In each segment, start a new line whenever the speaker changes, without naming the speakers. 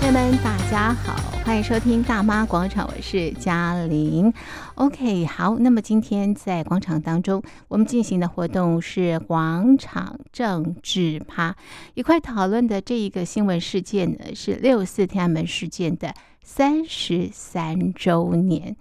朋友们，大家好，欢迎收听《大妈广场》，我是嘉玲。OK，好，那么今天在广场当中，我们进行的活动是广场政治趴，一块讨论的这一个新闻事件呢，是六四天安门事件的三十三周年。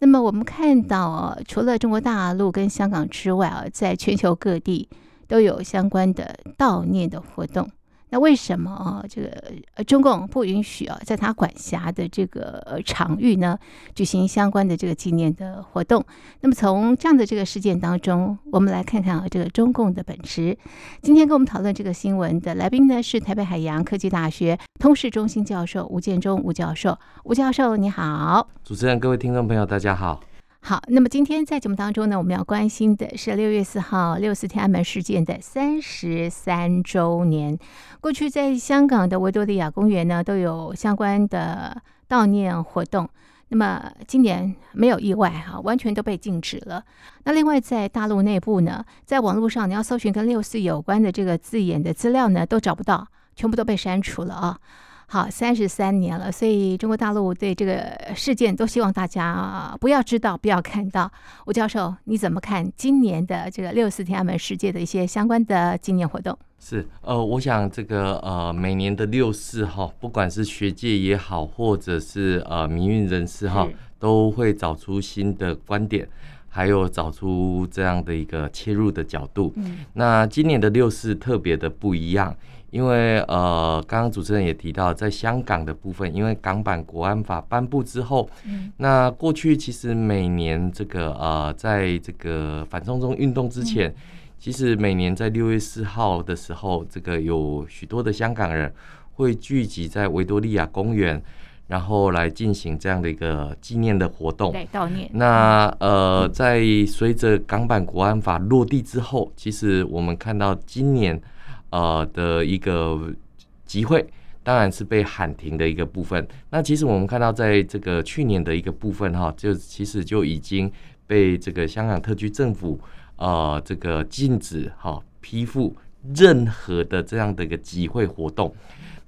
那么我们看到、哦，除了中国大陆跟香港之外啊，在全球各地都有相关的悼念的活动。那为什么啊、这个呃中共不允许啊，在他管辖的这个呃场域呢，举行相关的这个纪念的活动？那么从这样的这个事件当中，我们来看看啊，这个中共的本质。今天跟我们讨论这个新闻的来宾呢，是台北海洋科技大学通识中心教授吴建中吴教授。吴教授你好，
主持人、各位听众朋友，大家好。
好，那么今天在节目当中呢，我们要关心的是六月四号六四天安门事件的三十三周年。过去在香港的维多利亚公园呢，都有相关的悼念活动。那么今年没有意外哈、完全都被禁止了。那另外在大陆内部呢，在网络上你要搜寻跟六四有关的这个字眼的资料呢，都找不到，全部都被删除了啊。好，三十三年了，所以中国大陆对这个事件都希望大家不要知道，不要看到。吴教授，你怎么看今年的这个六四天安门事件的一些相关的纪念活动？
是，呃，我想这个呃，每年的六四哈，不管是学界也好，或者是呃民运人士哈
是，
都会找出新的观点，还有找出这样的一个切入的角度。
嗯
那今年的六四特别的不一样，因为呃，刚刚主持人也提到，在香港的部分，因为港版国安法颁布之后，
嗯
那过去其实每年这个呃，在这个反送中运动之前，其实每年在六月四号的时候，这个有许多的香港人会聚集在维多利亚公园，然后来进行这样的一个纪念的活动。
对，悼念。
哦那呃，在随着港版国安法落地之后，其实我们看到今年呃的一个集会，当然是被喊停的一个部分。那其实我们看到，在这个去年的一个部分哈，就其实就已经被这个香港特区政府呃这个禁止哈批复任何的这样的一个集会活动。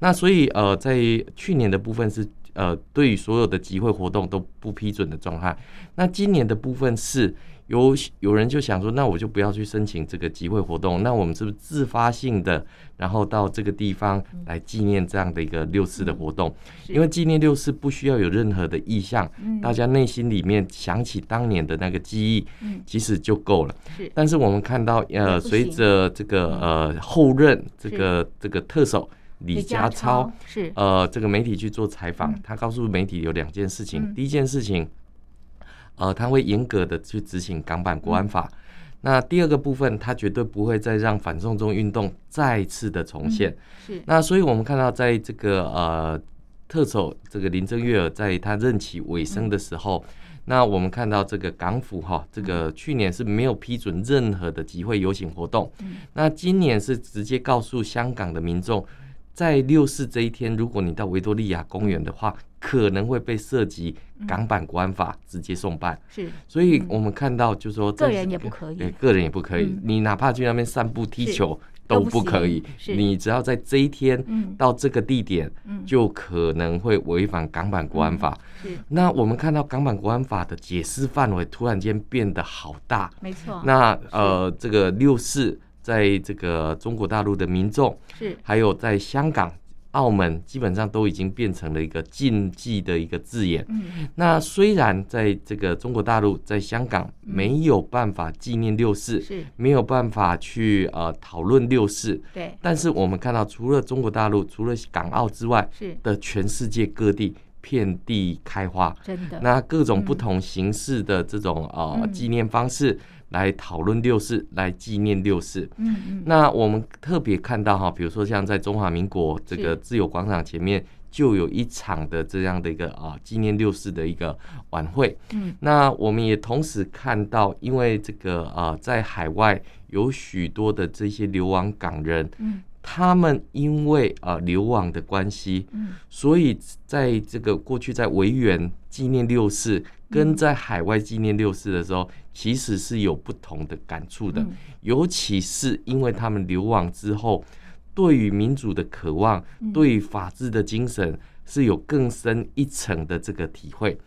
那所以呃，在去年的部分是呃，对于所有的集会活动都不批准的状态。那今年的部分是有有人就想说，那我就不要去申请这个集会活动，那我们是不是自发性的，然后到这个地方来纪念这样的一个六四的活动？
嗯是
因为纪念六四不需要有任何的意向，
嗯
大家内心里面想起当年的那个记忆
嗯，
其实就够了
是。
但是我们看到，
也
呃，
不行
随着这个呃后任这个这个特首李家超。
是
呃，这个媒体去做采访，
嗯
他告诉媒体有两件事情。
嗯
第一件事情，呃，他会严格的去执行港版国安法。
嗯
那第二个部分，他绝对不会再让反送中运动再次的重现。
是
那所以我们看到，在这个呃特首这个林郑月娥在她任期尾声的时候，
嗯
那我们看到这个港府哈，这个去年是没有批准任何的集会游行活动，
嗯
那今年是直接告诉香港的民众，在六四这一天，如果你到维多利亚公园的话，可能会被涉及港版国安法直接送办。
是
所以
嗯
我们看到，就说这
个人
是
也不可以
对，个人也不可以，
嗯
你哪怕去那边散步、踢
是
球
都
都
不
不可
行
以，
是
你只要在这一天
嗯
到这个地点，
嗯
就可能会违反港版国安法。
是
那我们看到港版国安法的解释范围突然间变得好大，
没错，
那呃，这个六四在这个中国大陆的民众，
是
还有在香港、澳门，基本上都已经变成了一个禁忌的一个字眼。
嗯
那虽然在这个中国大陆，在香港没有办法纪念六四，
是
没有办法去呃讨论六四，
对
但是我们看到，除了中国大陆，除了港澳之外
是
的全世界各地遍地开花，
真的
那各种不同形式的这种呃
嗯
纪念方式来讨论六四，来纪念六四。
嗯嗯
那我们特别看到哈，比如说像在中华民国这
是
个自由广场前面，就有一场的这样的一个啊纪念六四的一个晚会。
嗯
那我们也同时看到，因为这个啊在海外有许多的这些流亡港人，
嗯
他们因为啊流亡的关系，
嗯
所以在这个过去在维园纪念六四跟在海外纪念六四的时候，其实是有不同的感触的，
嗯
尤其是因为他们流亡之后。对于民主的渴望，对于法治的精神是有更深一层的这个体会。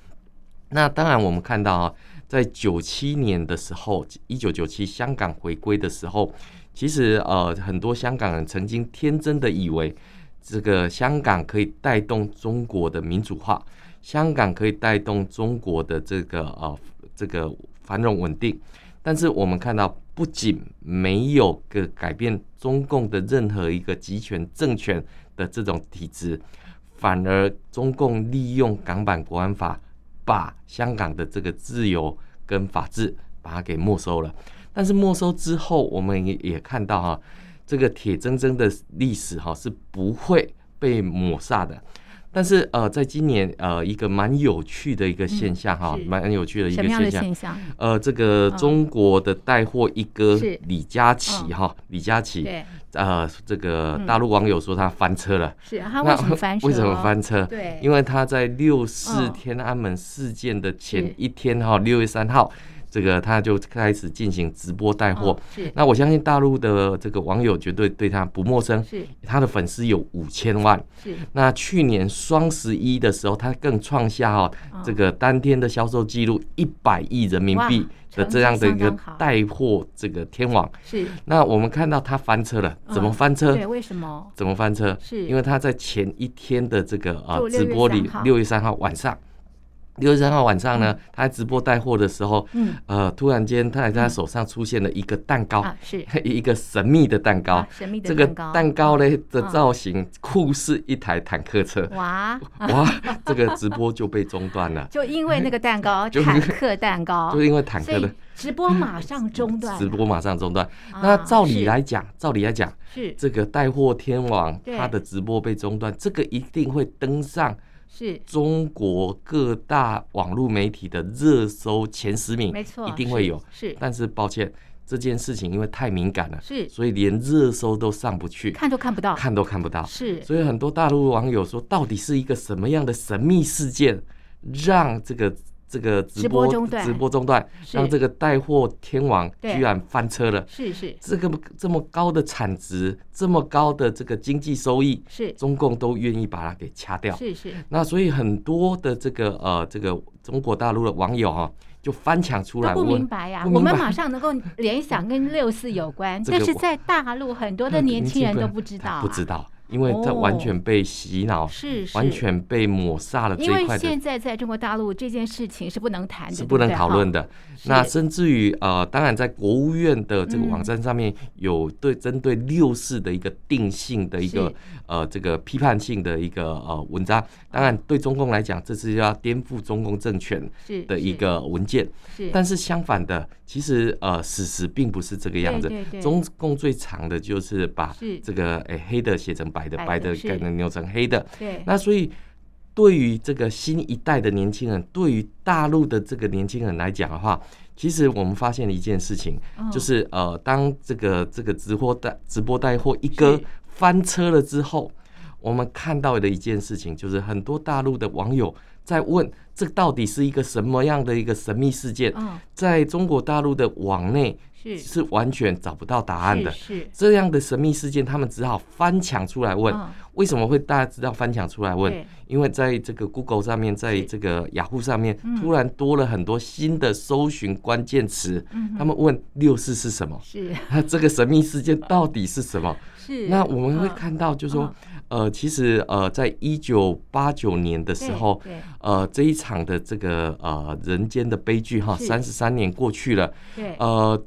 那当然，我们看到啊，在九七年的时候，一九九七香港回归的时候，其实呃，很多香港人曾经天真的以为，这个香港可以带动中国的民主化，香港可以带动中国的这个呃这个繁荣稳定。但是我们看到，不仅没有个改变中共的任何一个集权政权的这种体制，反而中共利用港版国安法，把香港的这个自由跟法治把它给没收了。但是没收之后，我们也也看到哈、这个铁铮铮的历史哈、是不会被抹煞
嗯
的。但是呃，在今年呃一个蛮有趣的一个现象哈、
是
蛮有趣的一
什
个
么样的
现象，
现象？
呃，这个
嗯
中国的带货一哥
是嗯
李佳琦哈，李佳琦，
对，
呃，这个
嗯
大陆网友说他翻车了，
是啊他
那
为 什么翻车？
为什么？翻车？
对，
因为他在六四
嗯
天安门事件的前
是
一天哈，
嗯
六月三号，这个他就开始进行直播带货
嗯。是
那我相信大陆的这个网友绝对对他不陌生，
是
他的粉丝有五千万。
是
那去年双十一的时候，它更创下哦、
嗯
这个当天的销售记录一百亿人民币的这样的一
哇成绩
个
相当好
带货这个天王。
是，
那我们看到它翻车了，
嗯
怎么翻 车？
对，为什么？
怎么翻车？
是
因为它在前一天的这个呃
就6
直播
月
里
3号，
六月三号晚上，六月三号晚上呢，他在直播带货的时候，
嗯
呃，突然间他在他手上出现了一个蛋糕，
啊，是
一个神秘的蛋糕。
啊神秘的
这个
蛋糕，
蛋糕嘞的
嗯
造型酷似一台坦克车，
哇，
哇，这个直播就被中断了，
就因为那个蛋糕，
就
坦克蛋糕
就，因为坦
哦所
克
以
的
直播马上中断了，
直播马上中断。
啊
那照理
是
来讲，照理来讲，
是
这个带货天王
对
他的直播被中断，这个一定会登上
是
中国各大网络媒体的热搜前十名，
没错，
一定会
是
有。
是
但是抱歉，这件事情因为太敏感了，
是
所以连热搜都上不去，
看都看不到，
看都看不到。
是
所以很多大陆网友说，到底是一个什么样的神秘事件，让这个这个直播
直播中断
直播中断
是
让这个带货天王
对
居然翻车了？
是是
这个这么高的产值，这么高的这个经济收益，
是
中共都愿意把它给掐掉。
是是，
那所以很多的这个呃这个中国大陆的网友哈、就翻墙出
都
来
不明
问，
白呀。
不
我
明
们
白
马上能够联想跟六四有关，
这
但
个
是
我嗯
在大陆很多的年轻人都不知道啊，
不知道，因为这
哦
完全被洗脑，
是是
完全被抹杀了这
因
一
为
块的
现在在中国大陆这件事情是不能谈的，
是
对
不能
对
讨论。的。
是
那甚至于呃，当然在国务院的这个
嗯
网站上面有对针对六四的一个定性的一个
是
呃这个批判性的一个呃文章。当然对中共来讲，这是要颠覆中共政权
哈是
的一
是
个文件。
是，
但是相反的，其实呃事实并不是这个样子
对对。对
中共最长的就是把
是
这个诶、黑的写成白的，
白的
白的
是
改成扭成黑的。
对
那所以，对于这个新一代的年轻人，对于大陆的这个年轻人来讲的话，其实我们发现了一件事情，
嗯
就是呃，当这个这个直播带直播带货一哥
是
翻车了之后，我们看到的一件事情，就是很多大陆的网友在问，这到底是一个什么样的一个神秘事件？
嗯
在中国大陆的网内
是是
是完全找不到答案的。
是
这样的神秘事件，他们只好翻墙出来问。
嗯
为什么会大家知道翻墙出来问
对？
因为在这个 Google 上面，在这个雅虎上面，
嗯
突然多了很多新的搜寻关键词。
嗯
他们问六四是什么？
是
那这个神秘事件到底是什么？
是，
那我们会
嗯
看到，就是说，呃，其实呃，在一九八九年的时
对
候，
对
呃，这一场的这个呃人间的悲剧哈，
是
三十三年过去了，
对
呃，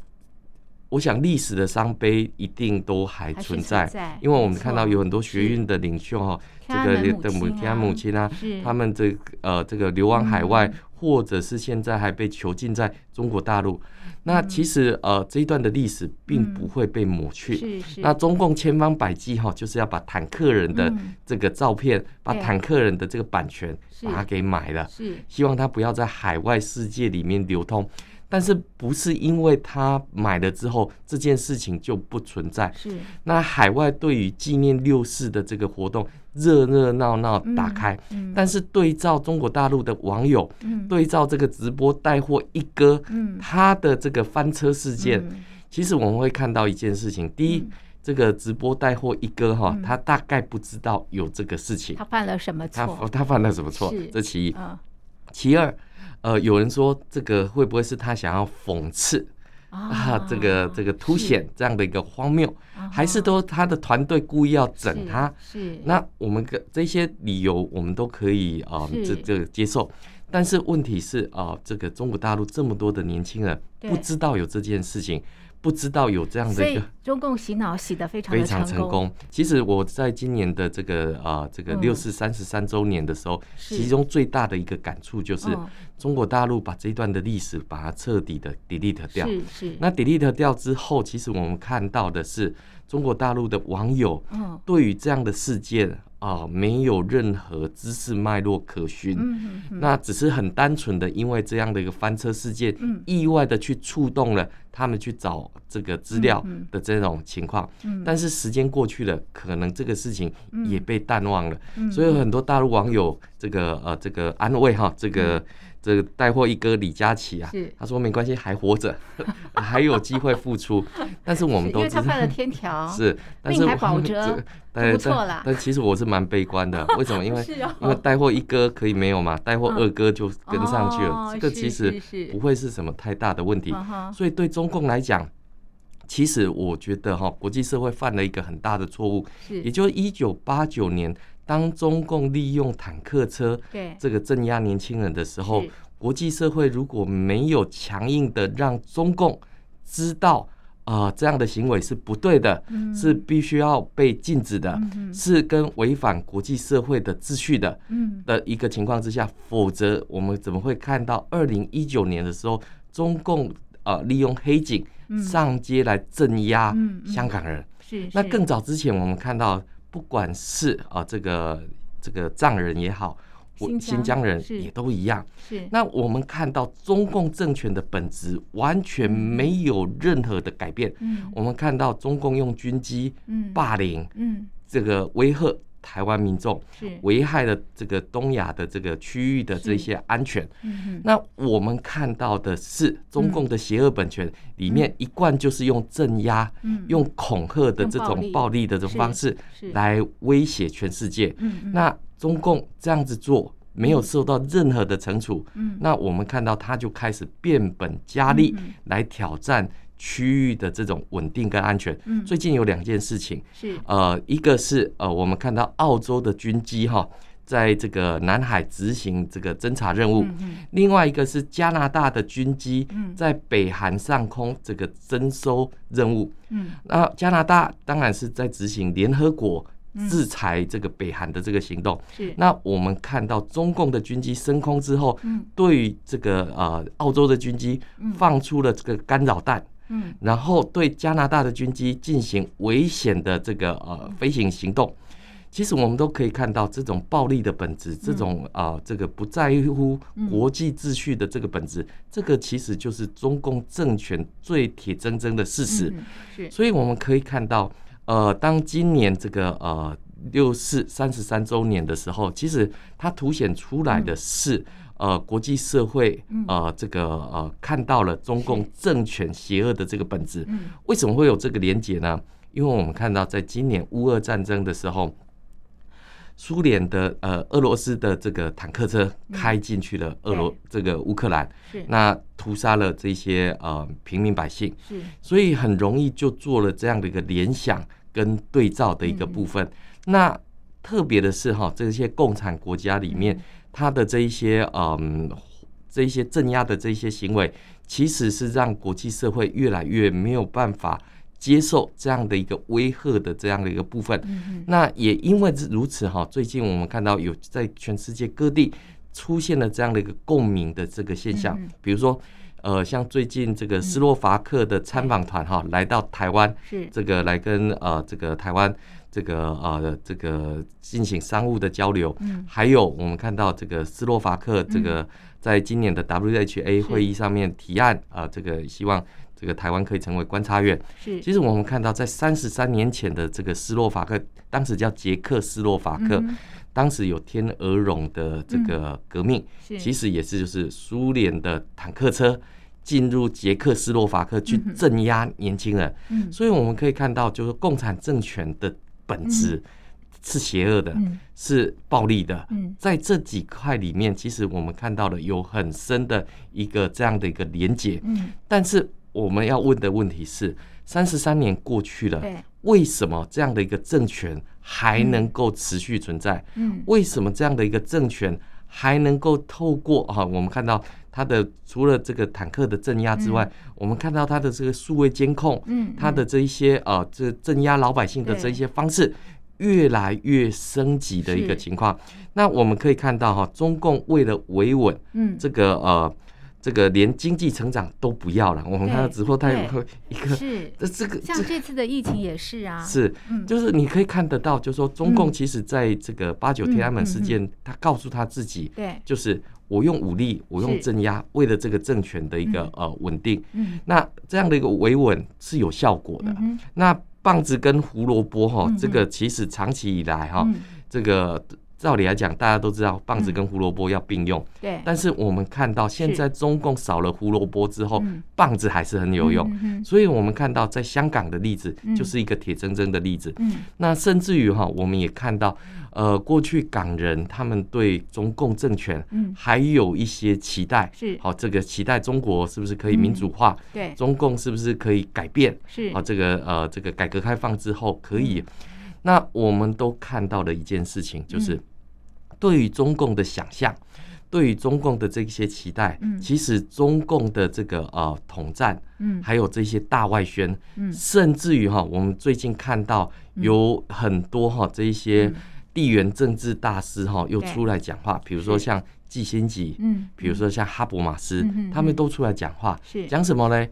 我想历史的伤悲一定都还
还是
存
存
在，
在
因为我
没
们看到
错
有很多学运的领袖哈，这
天安
个
门
的
母
母
亲
天安
啊
母亲啊，
是嗯
他们这个呃这个流亡海外，或者是现在还被囚禁在中国大陆。
嗯
那其实呃这一段的历史并不会被抹去，
是是
那中共千方百计哈，就是要把坦克人的
嗯
这个照片，把
对
坦克人的这个版权
是
把它给买了，
是
希望它不要在海外世界里面流通。但是不是因为他买了之后这件事情就不存在？
是
那海外对于纪念六四的这个活动热热闹闹打开，
嗯
但是对照中国大陆的网友，
嗯
对照这个直播带货一哥，
嗯
他的这个翻车事件，
嗯
其实我们会看到一件事情：第一，这个直播带货一哥哈
嗯，
他大概不知道有这个事情
他，犯了什么
他
错？
他犯了啊什么错
是？
这其一。
嗯
其二，呃，有人说这个会不会是他想要讽刺啊？这个这个凸显这样的一个荒谬，还是都他的团队故意要整他？
啊是
那我们个这些理由我们都可以啊、
是
呃，这这个接受。但是问题是啊、呃这个中国大陆这么多的年轻人
对
不知道有这件事情，不知道有这样
所
的一
以
个
中共洗脑洗得非常
非
的
常成
功，
功。其实我在今年的这个啊这个
嗯
六四三十三周年的时候，
是
其中最大的一个感触就是
嗯
中国大陆把这一段的历史把它彻底的 delete 掉。
是是，
那 delete 掉之后，其实我们看到的是中国大陆的网友
嗯
对于这样的事件啊、没有任何知识脉络可循。
嗯嗯
那只是很单纯的，因为这样的一个翻车事件，
嗯
意外的去触动了他们去找这个资料
嗯嗯
的这种情况。
嗯，
但是时间过去了，可能这个事情
嗯
也被淡忘了，
嗯
所以有很多大陆网友这个呃这个安慰哈，这个、这个带货一哥李佳琦啊
嗯是，
他说没关系，还活 着，还有机会复出。但是我
是
们
因
都
为
知道
他犯 了天条，
是，但是
命还
我
保
这
着
但
不错
但
啦
但其实我是蛮悲观 的，为什么？因为
是哦
因为带货一哥可以没有嘛，带货
嗯
二哥就跟上去了，
哦
这个
是
其实
是是
不会是什么太大的问题。
嗯哼
所以对中共来讲，其实我觉得哈、国际社会犯了一个很大的错误，也
是，
就是一九八九年，当中共利用坦克车
对，
这个镇压年轻人的时候
是，
国际社会如果没有强硬的让中共知道，啊这样的行为是不对的，
嗯
是必须要被禁止的，
嗯哼
是跟违反国际社会的秩序的
嗯
的一个情况之下，否则我们怎么会看到二零一九年的时候，中共呃利用黑警
嗯
上街来镇压
嗯嗯
香港人？
是，
那
是
更早之前，我们看到，不管是啊、这个这个藏人也好，我
新疆
新疆人
是
也都一样。
是
那我们看到中共政权的本质完全没有任何的改变。
嗯
我们看到中共用军机
嗯
霸凌，
嗯
这个威吓台湾民众，
是
危害了这个东亚的这个区域的这些安全。
嗯嗯
那我们看到的是中共的邪恶本权里面一贯就是用镇压、
嗯
用恐吓的
用
这
暴力
种暴力的这种方式
嗯是
来威胁全世界。
嗯嗯
那中共这样子做没有受到任何的惩处，
嗯
那我们看到他就开始变本加厉
嗯嗯
来挑战区域的这种稳定跟安全。
嗯
最近有两件事情，
是
呃，一个是呃，我们看到澳洲的军机哈，在这个南海执行这个侦察任务；
嗯嗯
另外一个是加拿大的军机
嗯
在北韩上空这个征收任务。
嗯
那加拿大当然是在执行联合国制裁这个北韩的这个行动。
是
那我们看到中共的军机升空之后，
嗯
对于这个呃澳洲的军机放出了这个干扰弹。
嗯
然后对加拿大的军机进行危险的这个呃飞行行动。其实我们都可以看到这种暴力的本质，这种啊、呃这个不在乎国际秩序的这个本质，这个其实就是中共政权最铁铮铮的事实。
嗯是
所以我们可以看到，呃，当今年这个呃六四三十三周年的时候，其实它凸显出来的是，呃，国际社会呃这个呃看到了中共政权邪恶的这个本质。
嗯
为什么会有这个连结呢？因为我们看到，在今年乌俄战争的时候。苏联的呃，俄罗斯的这个坦克车开进去了俄罗、
对
这个乌克兰，
是
那屠杀了这些呃平民百姓。
是
所以很容易就做了这样的一个联想跟对照的一个部分。那特别的是哈，这些共产国家里面，它的这一些嗯，这一些镇压的这一些行为，其实是让国际社会越来越没有办法接受这样的一个威吓的这样的一个部分。
嗯嗯
那也因为是如此哈，最近我们看到有在全世界各地出现了这样的一个共鸣的这个现象，
嗯嗯
比如说。呃，像最近这个斯洛伐克的参访团
嗯
哈、来到台湾，
是
这个来跟呃这个台湾这个呃这个进行商务的交流，
嗯
还有我们看到这个斯洛伐克这个在今年的 WHA
是
会议上面提案啊、呃这个希望这个台湾可以成为观察员，
是
其实我们看到，在三十三年前的这个斯洛伐克，当时叫捷克斯洛伐克，
嗯哼
当时有天鹅绒的这个革命，
是
其实也是就是苏联的坦克车进入捷克斯洛伐克去
嗯哼
镇压年轻人。
嗯
所以我们可以看到，就是共产政权的本质是邪恶的，
嗯
是暴力的。
嗯
在这几块里面，其实我们看到了有很深的一个这样的一个连结。
嗯，
但是我们要问的问题是：三十三年过去了，
对，
为什么这样的一个政权还能够持续存在？
嗯
为什么这样的一个政权还能够透过啊，我们看到它的除了这个坦克的镇压之外，我们看到它的这个数位监控，
嗯，
它的这一些呃，这镇压老百姓的这一些方式，越来越升级的一个
是
情况。那我们可以看到哈、中共为了维稳
嗯
这个呃，这个连经济成长都不要了，我们看到
对
直播它
对
有一个
是
这这个
像这次的疫情也是啊，
是
嗯
就是你可以看得到，就是说中共
嗯
其实在这个八九天安门事件，他告诉他自己，
对，
就是我用武力，我用
是
镇压，为了这个政权的一个
嗯
呃稳定，
嗯
那这样的一个维稳是有效果的
嗯。哼
那棒子跟胡萝卜哈
嗯嗯，
这个其实长期以来哈，
嗯
这个照理来讲，大家都知道棒子跟胡萝卜要并用，
对，
但是我们看到现在中共少了胡萝卜之后
嗯，
棒子还是很有用。
嗯哼
所以我们看到，在香港的例子
嗯
就是一个铁铮铮的例子。
嗯
那甚至于哈，我们也看到，呃，过去港人他们对中共政权
嗯
还有一些期待，
是嗯
好，这个期待中国是不是可以民主化，
对
中共是不是可以改变？
是嗯
啊，这个呃，这个改革开放之后可以，那我们都看到的一件事情，就是对于中共的想象，对于中共的这些期待，
嗯
其实中共的这个呃统战，
嗯
还有这些大外宣，
嗯
甚至于哈、我们最近看到有很多哈、这一些
嗯
地缘政治大师哈、又
对
出来讲话，比如说
是
像季辛吉，
嗯，
比如说像哈伯马斯，
嗯哼
他们
哼
都出来讲话，
是
讲什么呢？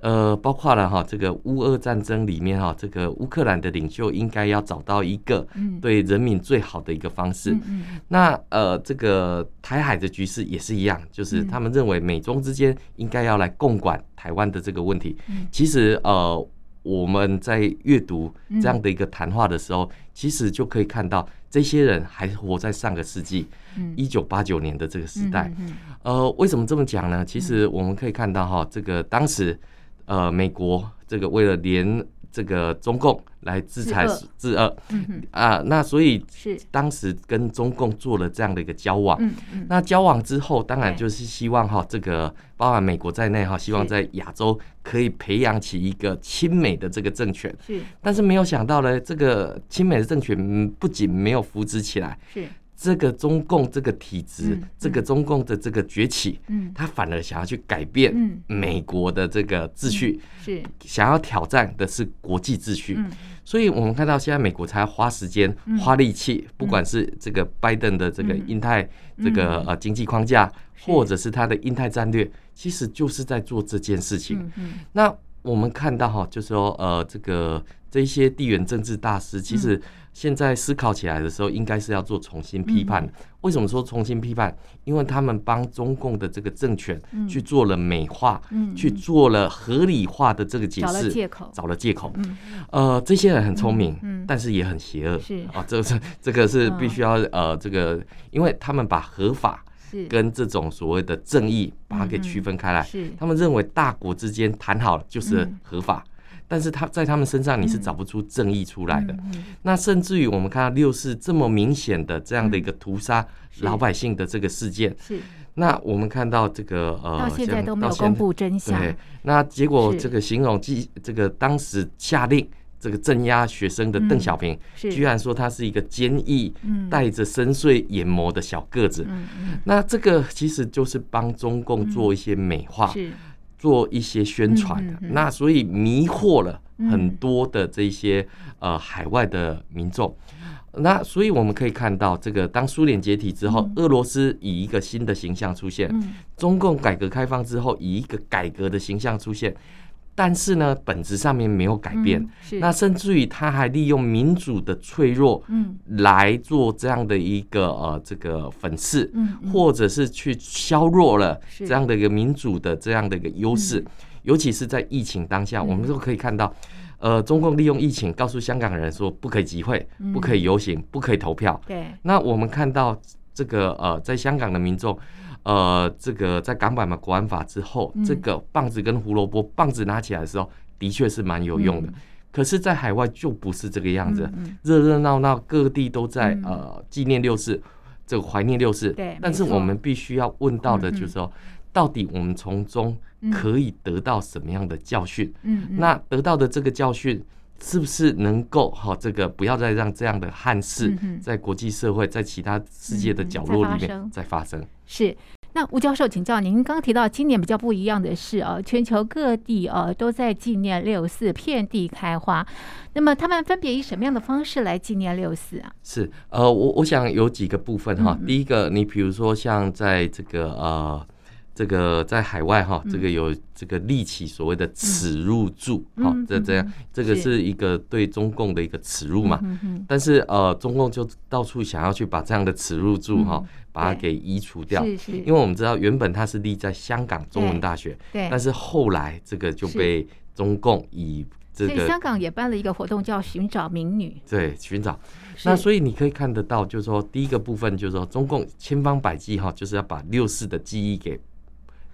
呃，包括了哈，这个乌俄战争里面哈，这个乌克兰的领袖应该要找到一个
嗯
对人民最好的一个方式。
嗯嗯
那呃，这个台海的局势也是一样，就是
嗯
他们认为美中之间应该要来共管台湾的这个问题。
嗯
其实呃，我们在阅读
嗯
这样的一个谈话的时候，其实就可以看到这些人还活在上个世纪
嗯
一九八九年的这个时代。
嗯嗯
呃，为什么这么讲呢？其实我们可以看到哈，这个当时呃，美国这个为了连这个中共来制裁
制恶
制恶
嗯嗯
啊，那所以
是
当时跟中共做了这样的一个交往。
嗯嗯
那交往之后，当然
对
就是希望哈，这个包含美国在内哈，希望
是
在亚洲可以培养起一个亲美的这个政权。
是
但是没有想到呢，这个亲美的政权嗯不仅没有扶植起来，
是
这个中共这个体制，
嗯
这个中共的这个崛起，
嗯
他反而想要去改变
嗯
美国的这个秩序，
是
想要挑战的是国际秩序。
嗯
所以我们看到现在美国才花时间、
嗯
花力气，不管是这个拜登的这个
嗯
印太这个
嗯
呃经济框架，
是
或者是他的印太战略，其实就是在做这件事情。
嗯嗯
那我们看到哈，就是说呃，这个这一些地缘政治大师，其
嗯
实现在思考起来的时候，应该是要做重新批
嗯
判。为什么说重新批判？因为他们帮中共的这个政权
嗯
去做了美化，
嗯
去做了合理化的这个解
找了
释。
借口
找了借口，
嗯
呃，这些人很聪明，
嗯嗯
但是也很邪恶，
是
啊，这是这个是
嗯
必须要、呃，这个，因为他们把合法
是
跟这种所谓的正义把它给
嗯嗯
区分开来，
是
他们认为大国之间谈好了就是
嗯
合法，但是他在他们身上你是找不出正义出来的。
嗯嗯
那甚至于我们看到六四这么明显的这样的一个屠杀
是
老百姓的这个事件，
是
那我们看到这个呃，
到现
像
在都没有
到现
公
在
布真相，
对，那结果
是
这个形容记这个当时下令这个镇压学生的邓小平，
嗯是
居然说他是一个坚毅、
嗯
带着深邃眼眸的小个子。
嗯嗯
那这个其实就是帮中共做一些美化，
是
做一些宣传的，
嗯嗯嗯
那所以迷惑了
嗯
很多的这一些、呃海外的民众。那所以我们可以看到，这个当苏联解体之后，
嗯
俄罗斯以一个新的形象出现，
嗯
中共改革开放之后以一个改革的形象出现，但是呢，本质上面没有改变。
嗯是
那甚至于他还利用民主的脆弱
嗯
来做这样的一个呃这个粉饰，
嗯嗯
或者是去削弱了
是嗯
这样的一个民主的这样的一个优势，尤其是在疫情当下，我们都可以看到，呃，中共利用疫情告诉香港人说不可以集会、
嗯
不可以游行、不可以投票。
对
那我们看到这个呃，在香港的民众，呃，这个在港版的国安法之后，
嗯
这个棒子跟胡萝卜，棒子拿起来的时候的确是蛮有用的，可是，在海外就不是这个样子，
嗯嗯
热热闹闹，各地都在、
嗯
呃纪念六四，这个怀念六四。
对
但是
没错嗯
我们必须要问到的就是说，到底我们从中可以得到什么样的教训？
嗯，嗯
那得到的这个教训，是不是能够哈、这个不要再让这样的憾事
嗯哼
在国际社会、在其他世界的
嗯嗯
角
再
落
发
里面
生
再发生？
是。那吴教授，请教您，刚刚提到今年比较不一样的是啊，全球各地啊都在纪念六四，遍地开花。那么他们分别以什么样的方式来纪念六四啊？
是，呃，我我想有几个部分哈。
嗯嗯
第一个，你比如说像在这个呃，这个在海外哈，
嗯
这个有这个立起所谓的耻辱柱，哈、
嗯
这这
嗯
样，这个
是
是一个对中共的一个耻辱嘛。
嗯哼
但是呃，中共就到处想要去把这样的耻辱柱哈、
嗯
把它
对
给移除掉，
是是，
因为我们知道原本它是立在香港中文大学，
对
但，是后来这个就是被中共以这
所以
个
香港也办了一个活动，叫“寻找民女
对寻找。”。那
是
所以你可以看得到，就是说第一个部分就是说中共千方百计哈，就是要把六四的记忆给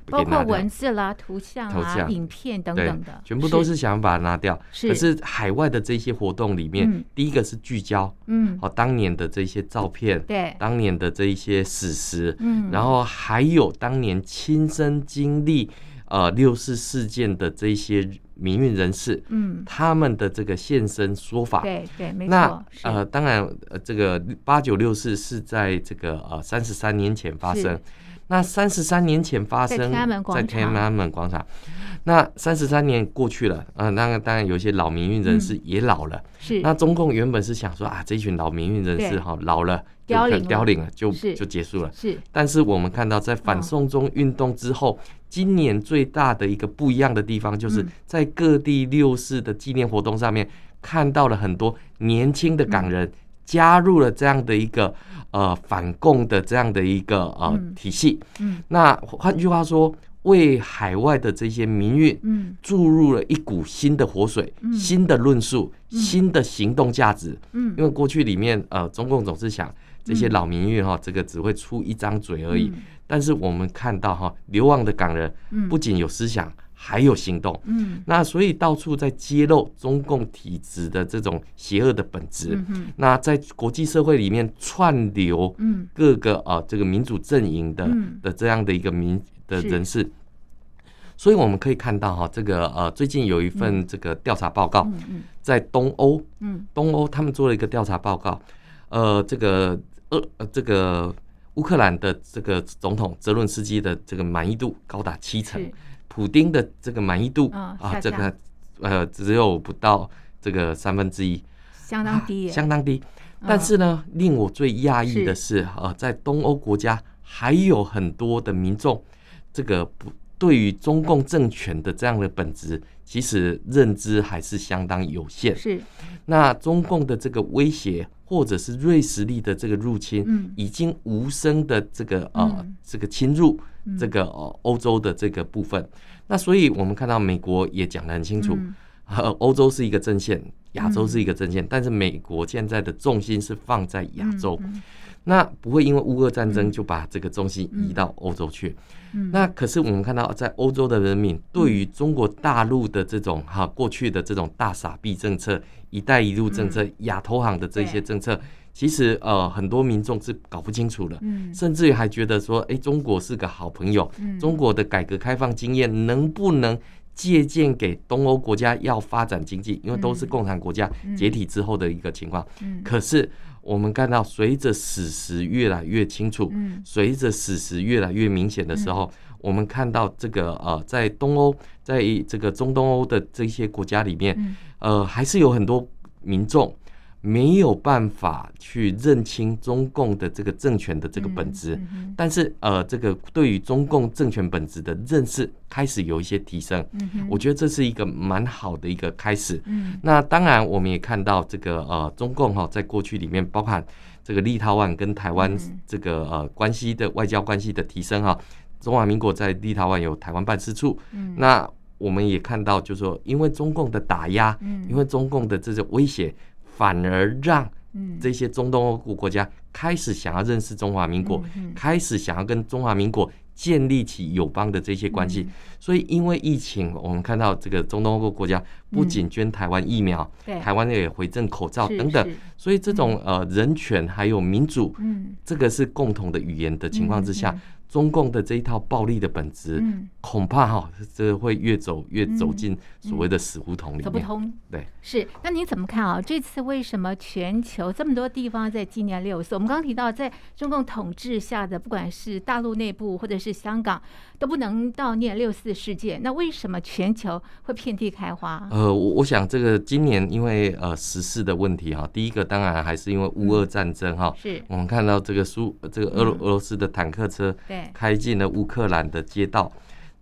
包
给拿
括
掉
文，字啦、图像
头
啦、
像
影片等
对
等的，，
全部都是想把它拿掉。
是
可是海外的这些活动里面，
嗯
第一个是聚焦
嗯，
哦当年的这些照片，
对，
当年的这一些史实，
嗯，
然后还有当年亲身经历呃六四事件的这些民运人士，
嗯，
他们的这个现身说法，
对对，没
那
错，是
呃，当然，呃，这个八九六四是在这个呃三十三年前发生
是。
那三十三年前发
在
生
天安门广
在天安门广场。那三十三年过去了，呃，那个当然有一些老民运人士也老了。
嗯是
那中共原本是想说啊，这群老民运人
对
士哈老了，就
凋
可
零了
凋零了，就是就结束了。
是
但是我们看到，在
嗯
反送中运动之后，今年最大的一个不一样的地方，就是
嗯
在各地六四的纪念活动上面，看到了很多年轻的港
嗯
人加入了这样的一个呃反共的这样的一个呃
嗯
体系。
嗯
那换句话说，为海外的这些民运
嗯
注入了一股新的活水、
嗯
新的论述、新的行动价值。
嗯，
因为过去里面呃，中共总是想这些老民运哈、这个只会出一张嘴而已。
嗯
但是我们看到哈、流亡的港人
嗯
不仅有思想，还有行动。
嗯
那所以到处在揭露中共体制的这种邪恶的本质。
嗯哼
那在国际社会里面串流
嗯
各个啊、呃、这个民主阵营的、
嗯
的这样的一个民的
是
人士。所以我们可以看到哈、这个呃，最近有一份这个调查报告，
嗯嗯
在东欧，
嗯
东欧他们做了一个调查报告，呃，这个呃呃这个乌克兰的这个总统泽伦斯基的这个满意度高达七成
是，
普丁的这个满意度、
啊下
啊，
降
这个呃只有不到这个三分之一，
相当低耶，
啊相当低。
嗯
但是呢，令我最讶异的是，呃，在东欧国家还有很多的民众，这个不对于中共政权的这样的本质，其实认知还是相当有限。
是
那中共的这个威胁，或者是瑞士力的这个入侵，
嗯
已经无声的这个呃、
嗯
这个侵入
嗯
这个呃欧洲的这个部分。那所以我们看到美国也讲得很清楚，
嗯
呃，欧洲是一个阵线，亚洲是一个阵线，但是美国现在的重心是放在亚洲，
嗯
那不会因为乌俄战争就把这个重心移到欧洲去。
嗯
那可是我们看到，在欧洲的人民对于中国大陆的这种哈、过去的这种大傻逼政策、一带一路政
嗯
策、亚投行的这些政策，其实呃很多民众是搞不清楚的，
嗯
甚至于还觉得说，哎，中国是个好朋友，
嗯
中国的改革开放经验能不能借鉴给东欧国家要发展经济？因为都是共产国家
嗯
解体之后的一个情况。
嗯
可是我们看到，随着史实越来越清楚，
嗯
随着史实越来越明显的时候，我们看到这个呃，在东欧，在这个中东欧的这些国家里面，
嗯
呃，还是有很多民众。没有办法去认清中共的这个政权的这个本质，
嗯哼
但是呃，这个对于中共政权本质的认识开始有一些提升，
嗯哼
我觉得这是一个蛮好的一个开始。
嗯
那当然，我们也看到这个呃，中共哈、在过去里面，包含这个立陶宛跟台湾
嗯
这个呃关系的外交关系的提升哈、中华民国在立陶宛有台湾办事处，
嗯
那我们也看到，就是说，因为中共的打压，
嗯
因为中共的这种威胁，反而让
嗯
这些中东欧国家开始想要认识中华民国，
嗯嗯
开始想要跟中华民国建立起友邦的这些关
嗯
系。所以因为疫情，我们看到这个中东欧国家不仅捐台湾疫苗，
对，
台湾也回赠口罩
嗯是
等等
是，
所以这种呃人权还有民主，
嗯，
这个是共同的语言的情况之下
嗯嗯，
中共的这一套暴力的本质，
嗯，
恐怕哈、这会越走越走进所谓的死胡同里
走不
面。
通。
对，
是，那您怎么看啊？这次为什么全球这么多地方在纪念六四？我们刚刚提到，在中共统治下的，不管是大陆内部或者是香港，都不能悼念六四事件。那为什么全球会遍地开花？
呃，我我想这个今年因为呃时事的问题哈、第一个当然还是因为乌
嗯
俄战争哈、
是，
我们看到这个苏呃这个俄罗俄罗斯的坦克车
嗯对，
开进了乌克兰的街道，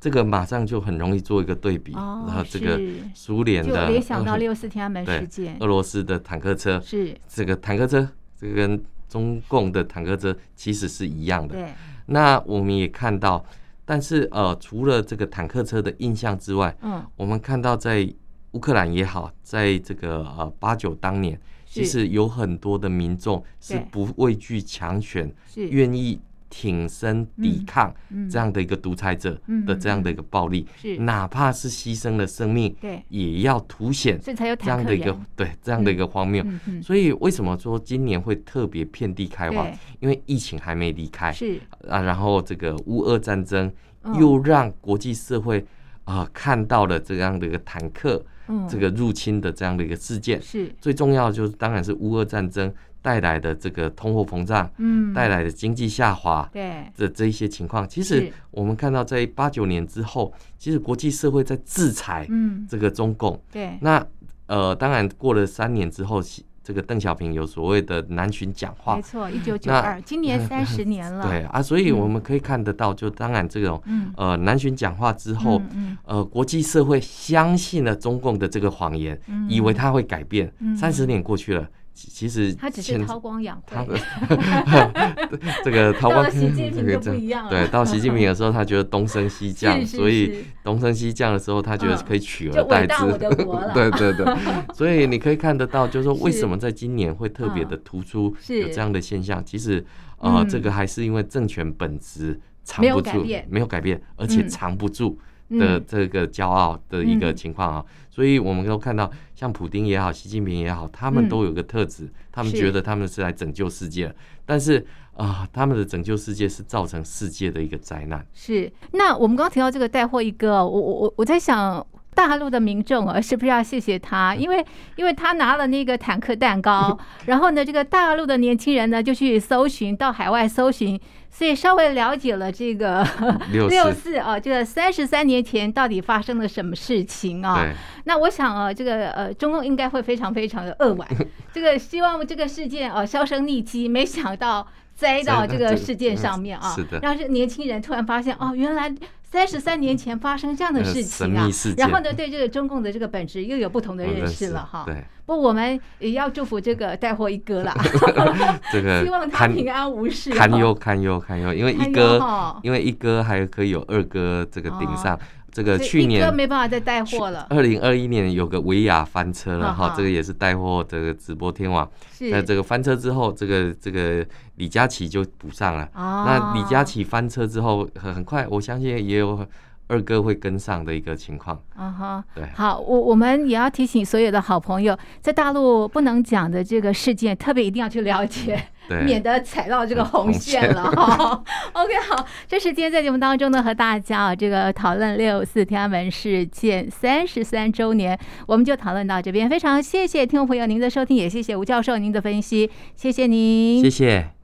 这个马上就很容易做一个对比，
哦
然后这个
是
苏联
就
的
联想到
俄
六四天安门事件。
俄罗斯的坦克车，
是，
这个坦克车这个跟中共的坦克车其实是一样的，
对，
那我们也看到，但是呃，除了这个坦克车的印象之外，
嗯，
我们看到在乌克兰也好，在这个呃八九当年，
是
其实有很多的民众是
对
不畏惧强权，
是，
愿意挺身抵抗
嗯
这样的一个独裁者
嗯
的这样的一个暴力，
是，
哪怕是牺牲了生命，
对，
也要凸显
所以才有
这
坦
样
克
的一
人
个对这样的一个荒谬。
嗯嗯，
所以为什么说今年会特别遍地开花
对？
因为疫情还没离开，
是，
啊，然后这个乌俄战争
嗯
又让国际社会啊、呃看到了这样的一个坦克
嗯，
这个入侵的这样的一个事件。
是，
最重要的就是，当然是乌俄战争带来的这个通货膨胀，
嗯，
带来的经济下滑
对，
的这一些情况。其
是
实我们看到，在八九年之后，其实国际社会在制裁
嗯，
这个中共。
对，
那呃，当然过了三年之后，这个邓小平有所谓的南巡讲话
没，错，一九九
那
二，今年三十年了，
对啊，所以我们可以看得到，就当然这种、
嗯
呃南巡讲话之后，
嗯
呃国际社会相信了中共的这个谎言，
嗯
以为它会改变
嗯。
三十、年过去了，其其实
他只是
现
韬光养
他
晦，
这个 韬
到
光
了习近
这
平
个
就
这
不一样了，啊
对，到习近平的时候，他觉得东 升西降，
是是
所以
是嗯
东升西降的时候，他觉得可以取
就
而代
伟
之
大。我的 国了，
对对 对，所以你可以看得到，就是说为
是嗯
什么在今年会特别的突出
是
有这样的现象？其实，呃，
嗯
这个还是因为政权本质藏
没有
不
改
住
变，
没有改变，而且
嗯
藏不住的
嗯，
这个骄傲的一个
嗯
情况啊。所以我们都看到，像普丁也好，习近平也好，他们
嗯
都有个特质，他们
是
觉得他们是来拯救世界的，但是啊、他们的拯救世界是造成世界的一个灾难。
是。那我们刚刚提到这个带货一哥，啊我我我我在想。大陆的民众啊，是不是要谢谢 他？因为因为他拿了那个坦克蛋糕，然后呢，这个大陆的年轻人呢就去搜寻，到海外搜寻，所以稍微了解了这个
六 四
六四啊，这个三十三年前到底发生了什么事情啊？
对，
那我想啊，这个呃，中共应该会非常非常的扼 腕，这个希望这个事件啊销声匿迹，没想到栽到这个事件上面啊，
是的
让这年轻人突然发现哦，原来。三十三年前发生这样的事情
呃神
啊
秘事，件
然后呢，对这个中共的这个本质又有不同的
我
认
认
识
识
了哈。
对，
不，我们也要祝福这个带货一哥 啦，
这个
希望他
看
平安无事啊。
堪忧堪忧堪忧，因为
堪
一
忧
哥
哈，哦
因为一哥还可以有二哥这个顶上，这个
所以
呃
一
去
哥
年
没办法再带货了，
二零二一年有个维亚翻车了
哈
哈
啊哈，
这个也是带货这个直播天王，
是
那这个翻车之后，这个这个李佳琦就补上了。
啊
那李佳琦翻车之后，很很快，我相信也有二哥会跟上的一个情况。
啊哈，
对
好，我我们也要提醒所有的好朋友，在大陆不能讲的这个事件，特别一定要去了解， 免
嗯对，
得踩到这个
嗯
红
红
线
线
了哈。OK，好，这是今天在节目当中呢，和大家啊这个讨论六四天安门事件三十三周年，我们就讨论到这边。非常谢谢听众朋友您的收听，也谢谢吴教授您的分析，谢谢您，
谢谢。